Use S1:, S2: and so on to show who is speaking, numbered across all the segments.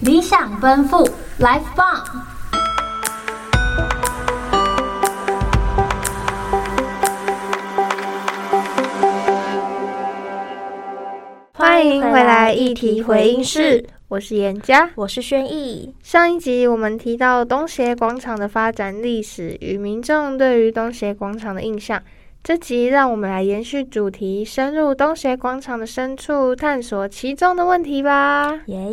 S1: 理想奔赴，Life 棒。
S2: 欢迎回来，议题回应室，我是严佳。
S3: 我是轩逸。
S2: 上一集我们提到东协广场的发展历史与民众对于东协广场的印象，这集让我们来延续主题，深入东协广场的深处，探索其中的问题吧。
S3: 耶、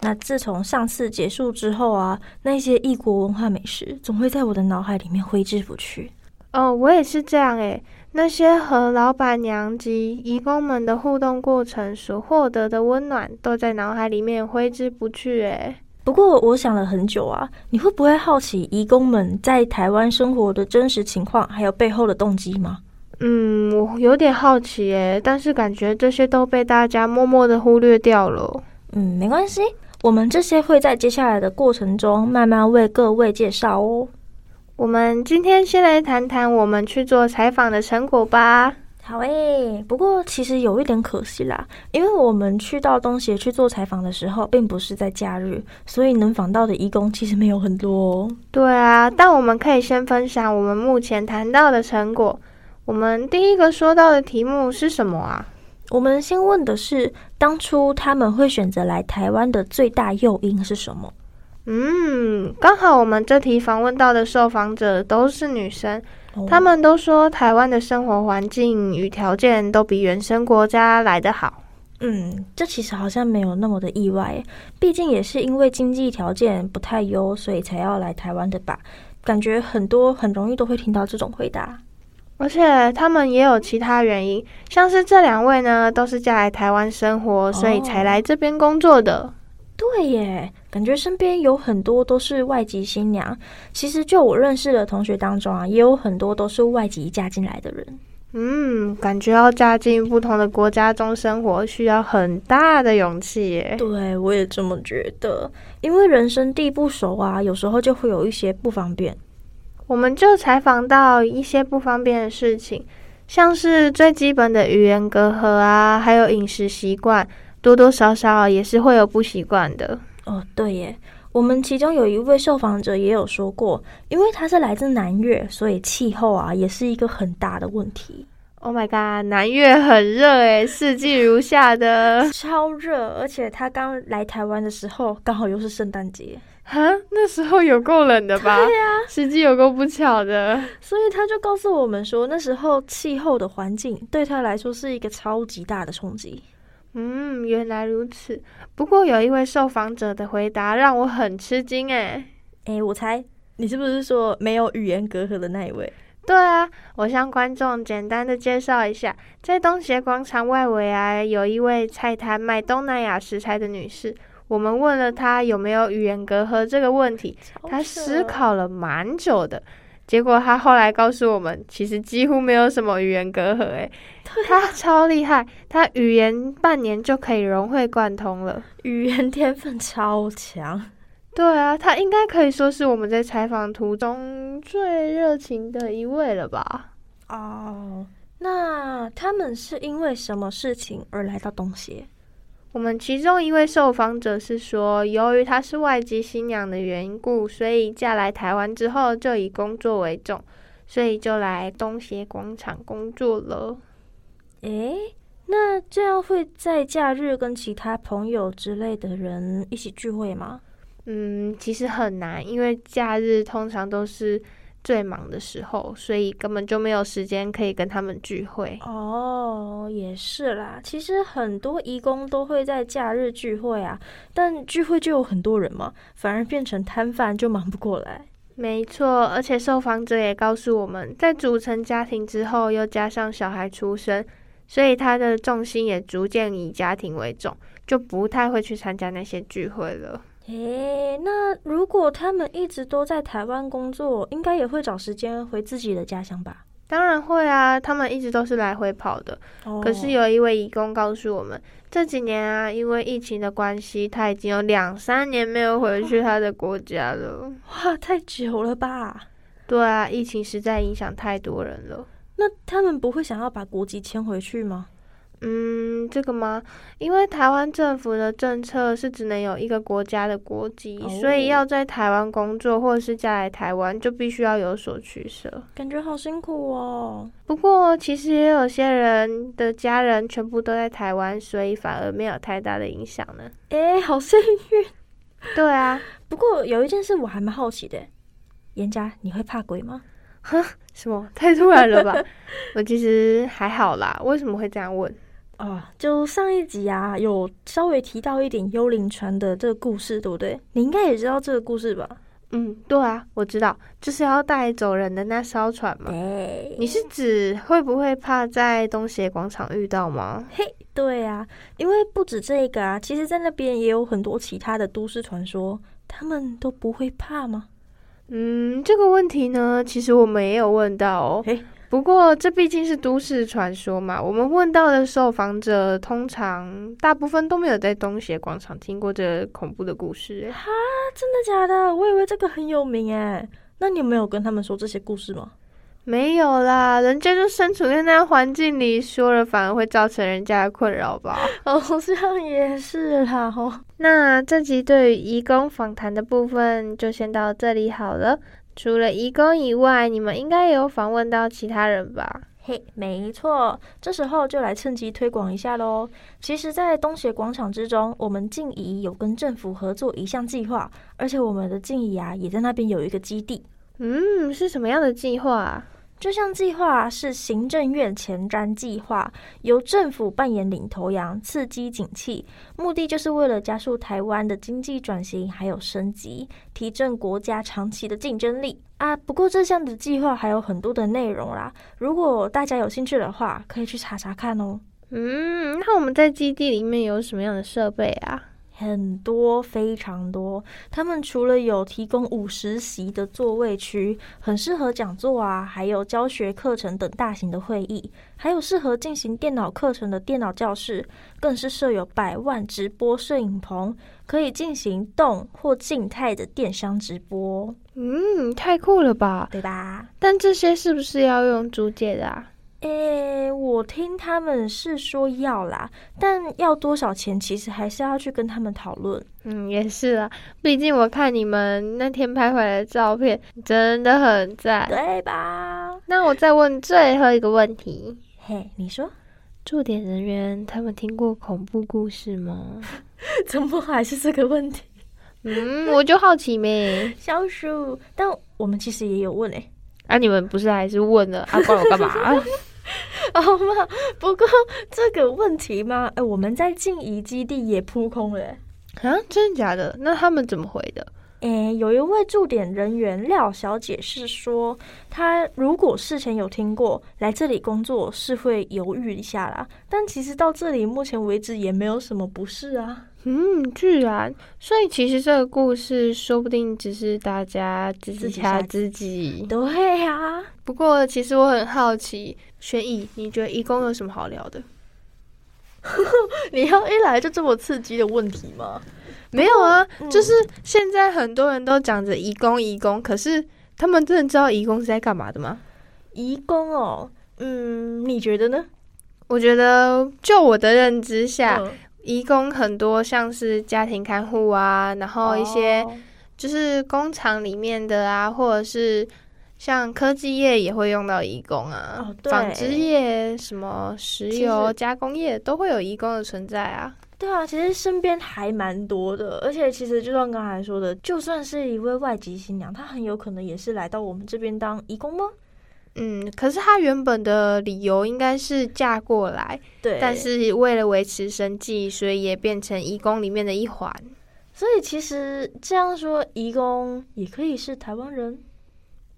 S3: 那自从上次结束之后啊，那些异国文化美食总会在我的脑海里面挥之不去。
S2: 哦，我也是这样诶。那些和老板娘及义工们的互动过程所获得的温暖，都在脑海里面挥之不去欸诶。
S3: 不过我想了很久啊，你会不会好奇移工们在台湾生活的真实情况，还有背后的动机吗？
S2: 嗯，我有点好奇诶，但是感觉这些都被大家默默的忽略掉了。
S3: 嗯，没关系，我们这些会在接下来的过程中慢慢为各位介绍哦。
S2: 我们今天先来谈谈我们去做采访的成果吧。
S3: 好诶、不过其实有一点可惜啦，因为我们去到东协去做采访的时候，并不是在假日，所以能访到的义工其实没有很多哦。
S2: 对啊，但我们可以先分享我们目前谈到的成果。我们第一个说到的题目是什么啊？
S3: 我们先问的是，当初他们会选择来台湾的最大诱因是什么？
S2: 嗯，刚好我们这题访问到的受访者都是女生，
S3: 哦
S2: 她们都说台湾的生活环境与条件都比原生国家来得好。
S3: 嗯，这其实好像没有那么的意外，毕竟也是因为经济条件不太优，所以才要来台湾的吧？感觉很多很容易都会听到这种回答。
S2: 而且他们也有其他原因，像是这两位呢，都是嫁来台湾生活，所以才来这边工作的。
S3: 对耶，感觉身边有很多都是外籍新娘。其实就我认识的同学当中啊，也有很多都是外籍嫁进来的人。
S2: 嗯，感觉要嫁进不同的国家中生活，需要很大的勇气耶。
S3: 对，我也这么觉得，因为人生地不熟啊，有时候就会有一些不方便。
S2: 我们就采访到一些不方便的事情，像是最基本的语言隔阂啊，还有饮食习惯，多多少少也是会有不习惯的。
S3: 哦，对耶，我们其中有一位受访者也有说过，因为他是来自南越，所以气候啊也是一个很大的问题，
S2: Oh my god，南越很热诶，四季如夏的。
S3: 超热，而且他刚来台湾的时候刚好又是圣诞节，
S2: 啊，那时候有够冷的吧？对呀、时机有够不巧的。
S3: 所以他就告诉我们说，那时候气候的环境对他来说是一个超级大的冲击。
S2: 嗯，原来如此。不过有一位受访者的回答让我很吃惊欸诶。
S3: 诶，我猜你是不是说没有语言隔阂的那一位？
S2: 对啊，我向观众简单的介绍一下，在东协广场外围啊，有一位菜摊卖东南亚食材的女士。我们问了她有没有语言隔阂这个问题，她思
S3: 哦
S2: 考了蛮久的。结果她后来告诉我们，其实几乎没有什么语言隔阂诶。她超厉害，她语言半年就可以融会贯通了。
S3: 语言天分超强，
S2: 对啊，他应该可以说是我们在采访途中最热情的一位了吧？
S3: 哦，那他们是因为什么事情而来到东协？
S2: 我们其中一位受访者是说，由于她是外籍新娘的缘故，所以嫁来台湾之后就以工作为重，所以就来东协广场工作了。
S3: 诶，那这样会在假日跟其他朋友之类的人一起聚会吗？
S2: 嗯，其实很难，因为假日通常都是最忙的时候，所以根本就没有时间可以跟他们聚会。
S3: 哦，也是啦。其实很多义工都会在假日聚会啊，但聚会就有很多人嘛，反而变成摊贩就忙不过来。
S2: 没错，而且受访者也告诉我们，在组成家庭之后，又加上小孩出生，所以他的重心也逐渐以家庭为重，就不太会去参加那些聚会了。
S3: 诶，那如果他们一直都在台湾工作，应该也会找时间回自己的家乡吧？
S2: 当然会啊，他们一直都是来回跑的。
S3: 哦
S2: 可是有一位义工告诉我们，这几年啊，因为疫情的关系，他已经有两三年没有回去他的国家 了。
S3: 哇，太久了吧？
S2: 对啊，疫情实在影响太多人了。
S3: 那他们不会想要把国籍迁回去吗？
S2: 嗯，这个吗？因为台湾政府的政策是只能有一个国家的国籍，所以
S3: 哦
S2: 要在台湾工作或者是嫁来台湾，就必须要有所取舍。
S3: 感觉好辛苦哦。
S2: 不过，其实也有些人的家人全部都在台湾，所以反而没有太大的影响呢。
S3: 哎、好幸运。
S2: 对啊，
S3: 不过有一件事我还蛮好奇的，严家，你会怕鬼吗？
S2: 什么太突然了吧？我其实还好啦，为什么会这样问？
S3: 哦，就上一集啊，有稍微提到一点幽灵船的这个故事，对不对？你应该也知道这个故事吧？
S2: 嗯，对啊，我知道，就是要带走人的那艘船
S3: 嗯
S2: 嘛。
S3: 对
S2: 你是指会不会怕在东协广场遇到吗？
S3: 嘿，对啊，因为不止这个啊，其实在那边也有很多其他的都市传说，他们都不会怕吗？
S2: 嗯，这个问题呢，其实我们也有问到哦
S3: 诶。
S2: 不过这毕竟是都市传说嘛，我们问到的受访者通常大部分都没有在东协广场听过这恐怖的故事。诶
S3: 啊真的假的？我以为这个很有名哎。那你有没有跟他们说这些故事吗？
S2: 没有啦，人家就身处在那环境里，说了反而会造成人家的困扰吧。
S3: 好像也是啦哦。
S2: 那这集对于移工访谈的部分就先到这里好了。除了移工以外，你们应该也有访问到其他人吧？
S3: 嘿，没错，这时候就来趁机推广一下喽。其实，在东协广场之中，我们静怡有跟政府合作一项计划，而且我们的静怡啊，也在那边有一个基地。
S2: 嗯，是什么样的计划啊？
S3: 这项计划是行政院前瞻计划，由政府扮演领头羊，刺激景气，目的就是为了加速台湾的经济转型还有升级，提振国家长期的竞争力啊。不过这项的计划还有很多的内容啦，如果大家有兴趣的话，可以去查查看哦。
S2: 嗯，那我们在基地里面有什么样的设备啊？
S3: 很多，非常多。他们除了有提供五十席的座位区，很适合讲座啊，还有教学课程等大型的会议，还有适合进行电脑课程的电脑教室，更是设有百万直播摄影棚，可以进行动或静态的电商直播，
S2: 嗯，太酷了吧！
S3: 对吧？
S2: 但这些是不是要用租借的啊？
S3: 诶，我听他们是说要啦，但要多少钱，其实还是要去跟他们讨论。
S2: 嗯，也是啊，毕竟我看你们那天拍回来的照片真的很赞。
S3: 对吧？
S2: 那我再问最后一个问题。
S3: 嘿，你说。
S2: 驻点人员他们听过恐怖故事吗？
S3: 怎么还是这个问题？
S2: 嗯，我就好奇咩。
S3: 消暑，但我们其实也有问 哎、
S2: 啊，你们不是还是问了啊？管我干嘛？
S3: 好嘛，哦不过这个问题嘛，哎、我们在静怡基地也扑空了、欸。
S2: 啊，真的假的？那他们怎么回的？
S3: 诶、有一位驻点人员廖小姐是说，她如果事前有听过来这里工作是会犹豫一下啦，但其实到这里目前为止也没有什么不适啊。
S2: 嗯，居然。所以其实这个故事说不定只是大家自己吓自己。
S3: 对呀、啊，
S2: 不过其实我很好奇，玄乙，你觉得义工有什么好聊的？
S3: 你要一来就这么刺激的问题吗？
S2: 没有啊，
S3: 嗯
S2: 就是现在很多人都讲着义工，义工，可是他们真的知道义工是在干嘛的吗？
S3: 移工哦，嗯，你觉得呢？
S2: 我觉得，就我的认知下，
S3: 嗯
S2: 移工很多像是家庭看护啊，然后一些
S3: 哦
S2: 就是工厂里面的啊，或者是像科技业也会用到移工啊，
S3: 哦对
S2: 纺织业、什么石
S3: 其
S2: 油
S3: 实
S2: 加工业都会有移工的存在啊。
S3: 对啊，其实身边还蛮多的，而且其实就像刚才说的，就算是一位外籍新娘，她很有可能也是来到我们这边当义工吗？
S2: 嗯，可是他原本的理由应该是嫁过来，
S3: 对，
S2: 但是为了维持生计，所以也变成移工里面的一环。
S3: 所以其实这样说，义工也可以是台湾人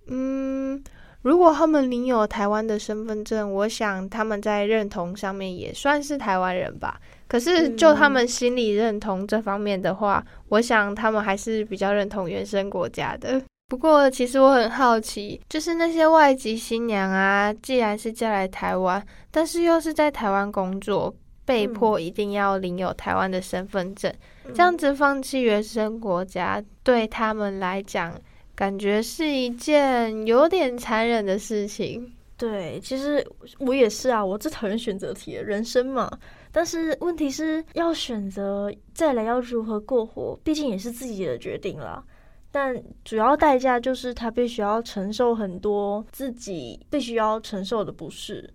S2: 嗯，如果他们领有台湾的身份证，我想他们在认同上面也算是台湾人吧。可是就他们心理认同这方面的话，我想他们还是比较认同原生国家的。不过，其实我很好奇，就是那些外籍新娘啊，既然是嫁来台湾，但是又是在台湾工作，被
S3: 嗯
S2: 迫一定要领有台湾的身份证，这样子放弃原生国家，对他们来讲，感觉是一件有点残忍的事情。
S3: 对，其实我也是啊，我最讨厌选择题了，人生嘛。但是问题是要选择，再来要如何过活，毕竟也是自己的决定啦。但主要代价就是他必须要承受很多自己必须要承受的不适。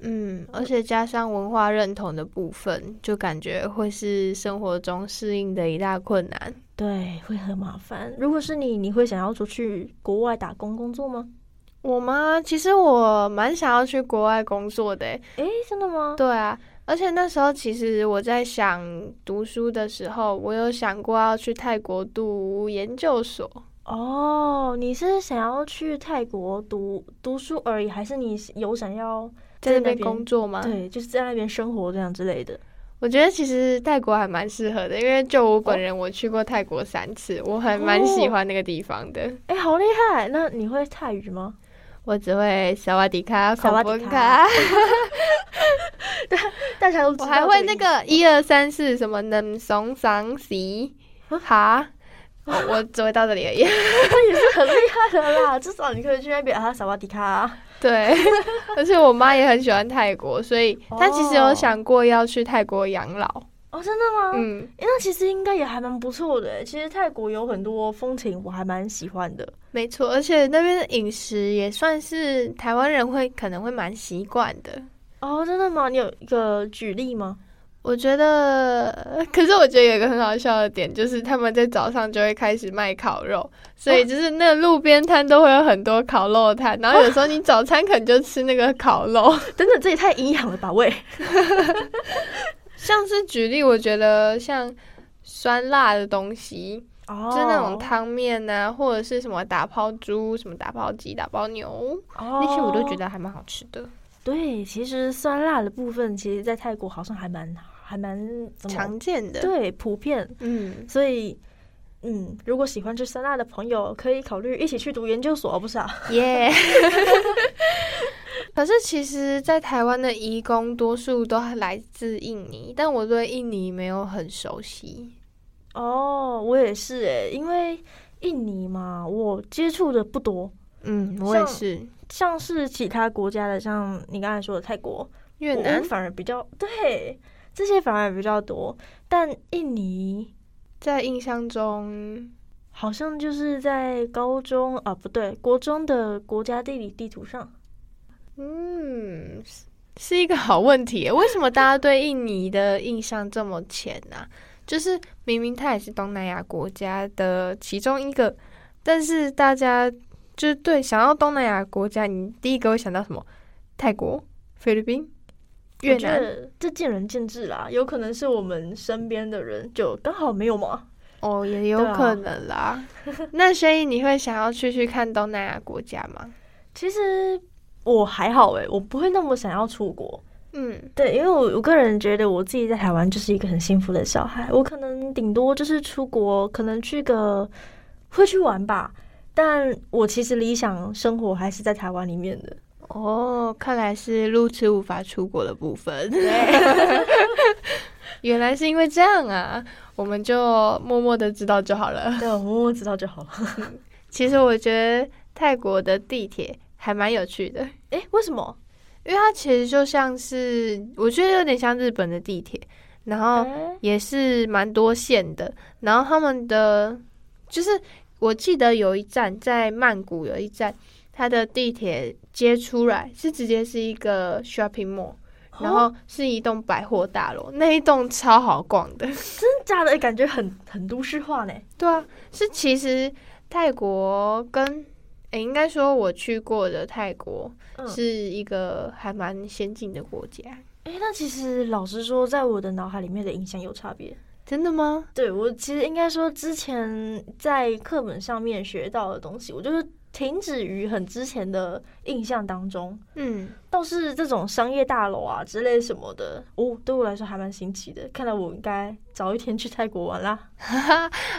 S2: 嗯，而且加上文化认同的部分，就感觉会是生活中适应的一大困难。
S3: 对，会很麻烦。如果是你，你会想要出去国外打工工作吗？
S2: 我吗？其实我蛮想要去国外工作的欸。
S3: 诶，真的吗？
S2: 对啊，而且那时候其实我在想读书的时候，我有想过要去泰国读研究所。
S3: 哦，你是想要去泰国读读书而已，还是你有想要
S2: 在那
S3: 边
S2: 边工作吗？
S3: 对，就是在那边生活这样之类的。
S2: 我觉得其实泰国还蛮适合的，因为就我本人，我去过泰国三次，我还蛮喜欢那个地方的。
S3: 哎、好厉害！那你会泰语吗？
S2: 我只会萨瓦迪卡、
S3: 萨
S2: 萨
S3: 瓦
S2: 瓦
S3: 迪
S2: 迪
S3: 卡
S2: 卡，
S3: 大家都知
S2: 我
S3: 道
S2: 还会
S3: 这
S2: 那
S3: 意思
S2: 个一二三四什么能怂桑西哈，我我只会到这里而 已。
S3: 也是很厉害的啦， 至少你可以去那边啊，萨瓦迪卡啊。
S2: 对，而且我妈也很喜欢泰国，所以她其实
S3: 哦
S2: 有想过要去泰国养老。
S3: 哦，真的吗？
S2: 嗯，
S3: 诶那其实应该也还蛮不错的诶。其实泰国有很多风情，我还蛮喜欢的。
S2: 没错，而且那边的饮食也算是台湾人会可能会蛮习惯的。
S3: 哦，真的吗？你有一个举例吗？
S2: 我觉得， 可是我觉得有一个很好笑的点，就是他们在早上就会开始卖烤肉，所
S3: 哦
S2: 以就是那路边摊都会有很多烤肉摊，然后有时候你早餐可能就吃那个烤肉。
S3: 等等，这也太营养了吧？喂，
S2: 像是举例，我觉得像酸辣的东西，
S3: 哦
S2: 就是那种汤面啊，或者是什么打抛猪、什么打抛鸡、打抛牛，
S3: 哦
S2: 那些我都觉得还蛮好吃的。
S3: 对，其实酸辣的部分，其实在泰国好像还蛮还蛮怎么
S2: 常见的，
S3: 对普遍，
S2: 嗯，
S3: 所以嗯，如果喜欢吃酸辣的朋友，可以考虑一起去读研究所，不是啊？
S2: 耶、 可是其实，在台湾的移工多数都来自印尼，但我对印尼没有很熟悉。
S3: 哦，我也是诶，因为印尼嘛，我接触的不多，
S2: 嗯，
S3: 我也
S2: 是。
S3: 像是其他国家的，像你刚才说的泰国、
S2: 越
S3: 我
S2: 南
S3: 反而比较对这些反而比较多，但印尼
S2: 在印象中，
S3: 好像就是在高中啊，不对，国中的国家地理地图上。
S2: 嗯，是是一个好问题耶。为什么大家对印尼的印象这么浅呢、就是明明它也是东南亚国家的其中一个，但是大家就是对想要东南亚国家，你第一个会想到什么？泰国、菲律宾、越
S3: 我觉
S2: 南？
S3: 得这见仁见智啦，有可能是我们身边的人就刚好没有嘛。
S2: 哦，也有
S3: 对啊
S2: 可能啦。 那所以你会想要去去看东南亚国家吗？
S3: 其实我还好诶、我不会那么想要出国。
S2: 嗯，
S3: 对，因为我我个人觉得我自己在台湾就是一个很幸福的小孩，我可能顶多就是出国，可能去个会去玩吧。但我其实理想生活还是在台湾里面的。
S2: 哦，看来是路痴无法出国的部分。
S3: 对，
S2: 原来是因为这样啊，我们就默默的知道就好了。
S3: 对，我默默知道就好了。
S2: 其实我觉得泰国的地铁还蛮有趣的，
S3: 诶、为什么？
S2: 因为它其实就像是，我觉得有点像日本的地铁，然后
S3: 诶
S2: 也是蛮多线的，然后他们的就是我记得有一站在曼谷有一站，它的地铁接出来是直接是一个 shopping mall。然后是一栋百货大楼，那一栋超好逛的。
S3: 真的假的？诶感觉很很都市化呢。
S2: 对啊，是其实泰国跟诶、应该说我去过的泰国、
S3: 嗯
S2: 是一个还蛮先进的国家。
S3: 哎、那其实老实说，在我的脑海里面的印象有差别。
S2: 真的吗？
S3: 对我其实应该说，之前在课本上面学到的东西，我就是停止于很之前的印象当中。
S2: 嗯，
S3: 倒是这种商业大楼啊之类什么的，哦，对我来说还蛮新奇的。看来我应该早一天去泰国玩啦。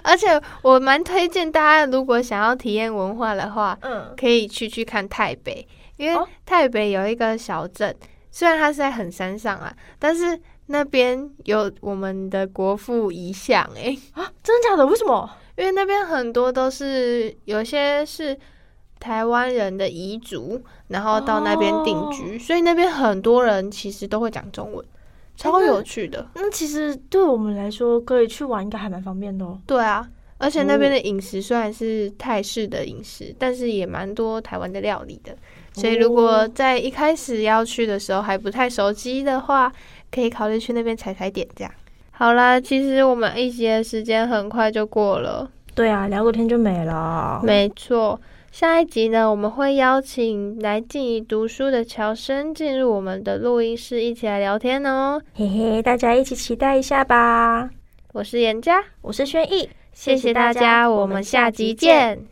S2: 而且我蛮推荐大家，如果想要体验文化的话，
S3: 嗯，
S2: 可以去去看台北，因为
S3: 哦
S2: 台北有一个小镇，虽然它是在很山上啊，但是那边有我们的国父遗像诶、
S3: 真的假的？为什么？
S2: 因为那边很多都是有些是台湾人的彝族，然后到那边定居，所以那边很多人其实都会讲中文，超有趣的。
S3: 那其实对我们来说，可以去玩应该还蛮方便的哦。
S2: 对啊，而且那边的饮食虽然是泰式的饮食，但是也蛮多台湾的料理的。所以如果在一开始要去的时候还不太熟悉的话，可以考虑去那边踩踩点这样。好啦，其实我们一集的时间很快就过了，
S3: 对啊，聊个天就没了。
S2: 没错。下一集呢，我们会邀请来静怡读书的乔生进入我们的录音室，一起来聊天哦。
S3: 嘿嘿，大家一起期待一下吧。
S2: 我是严佳，
S3: 我是轩逸，
S2: 谢谢大家，我们下集见。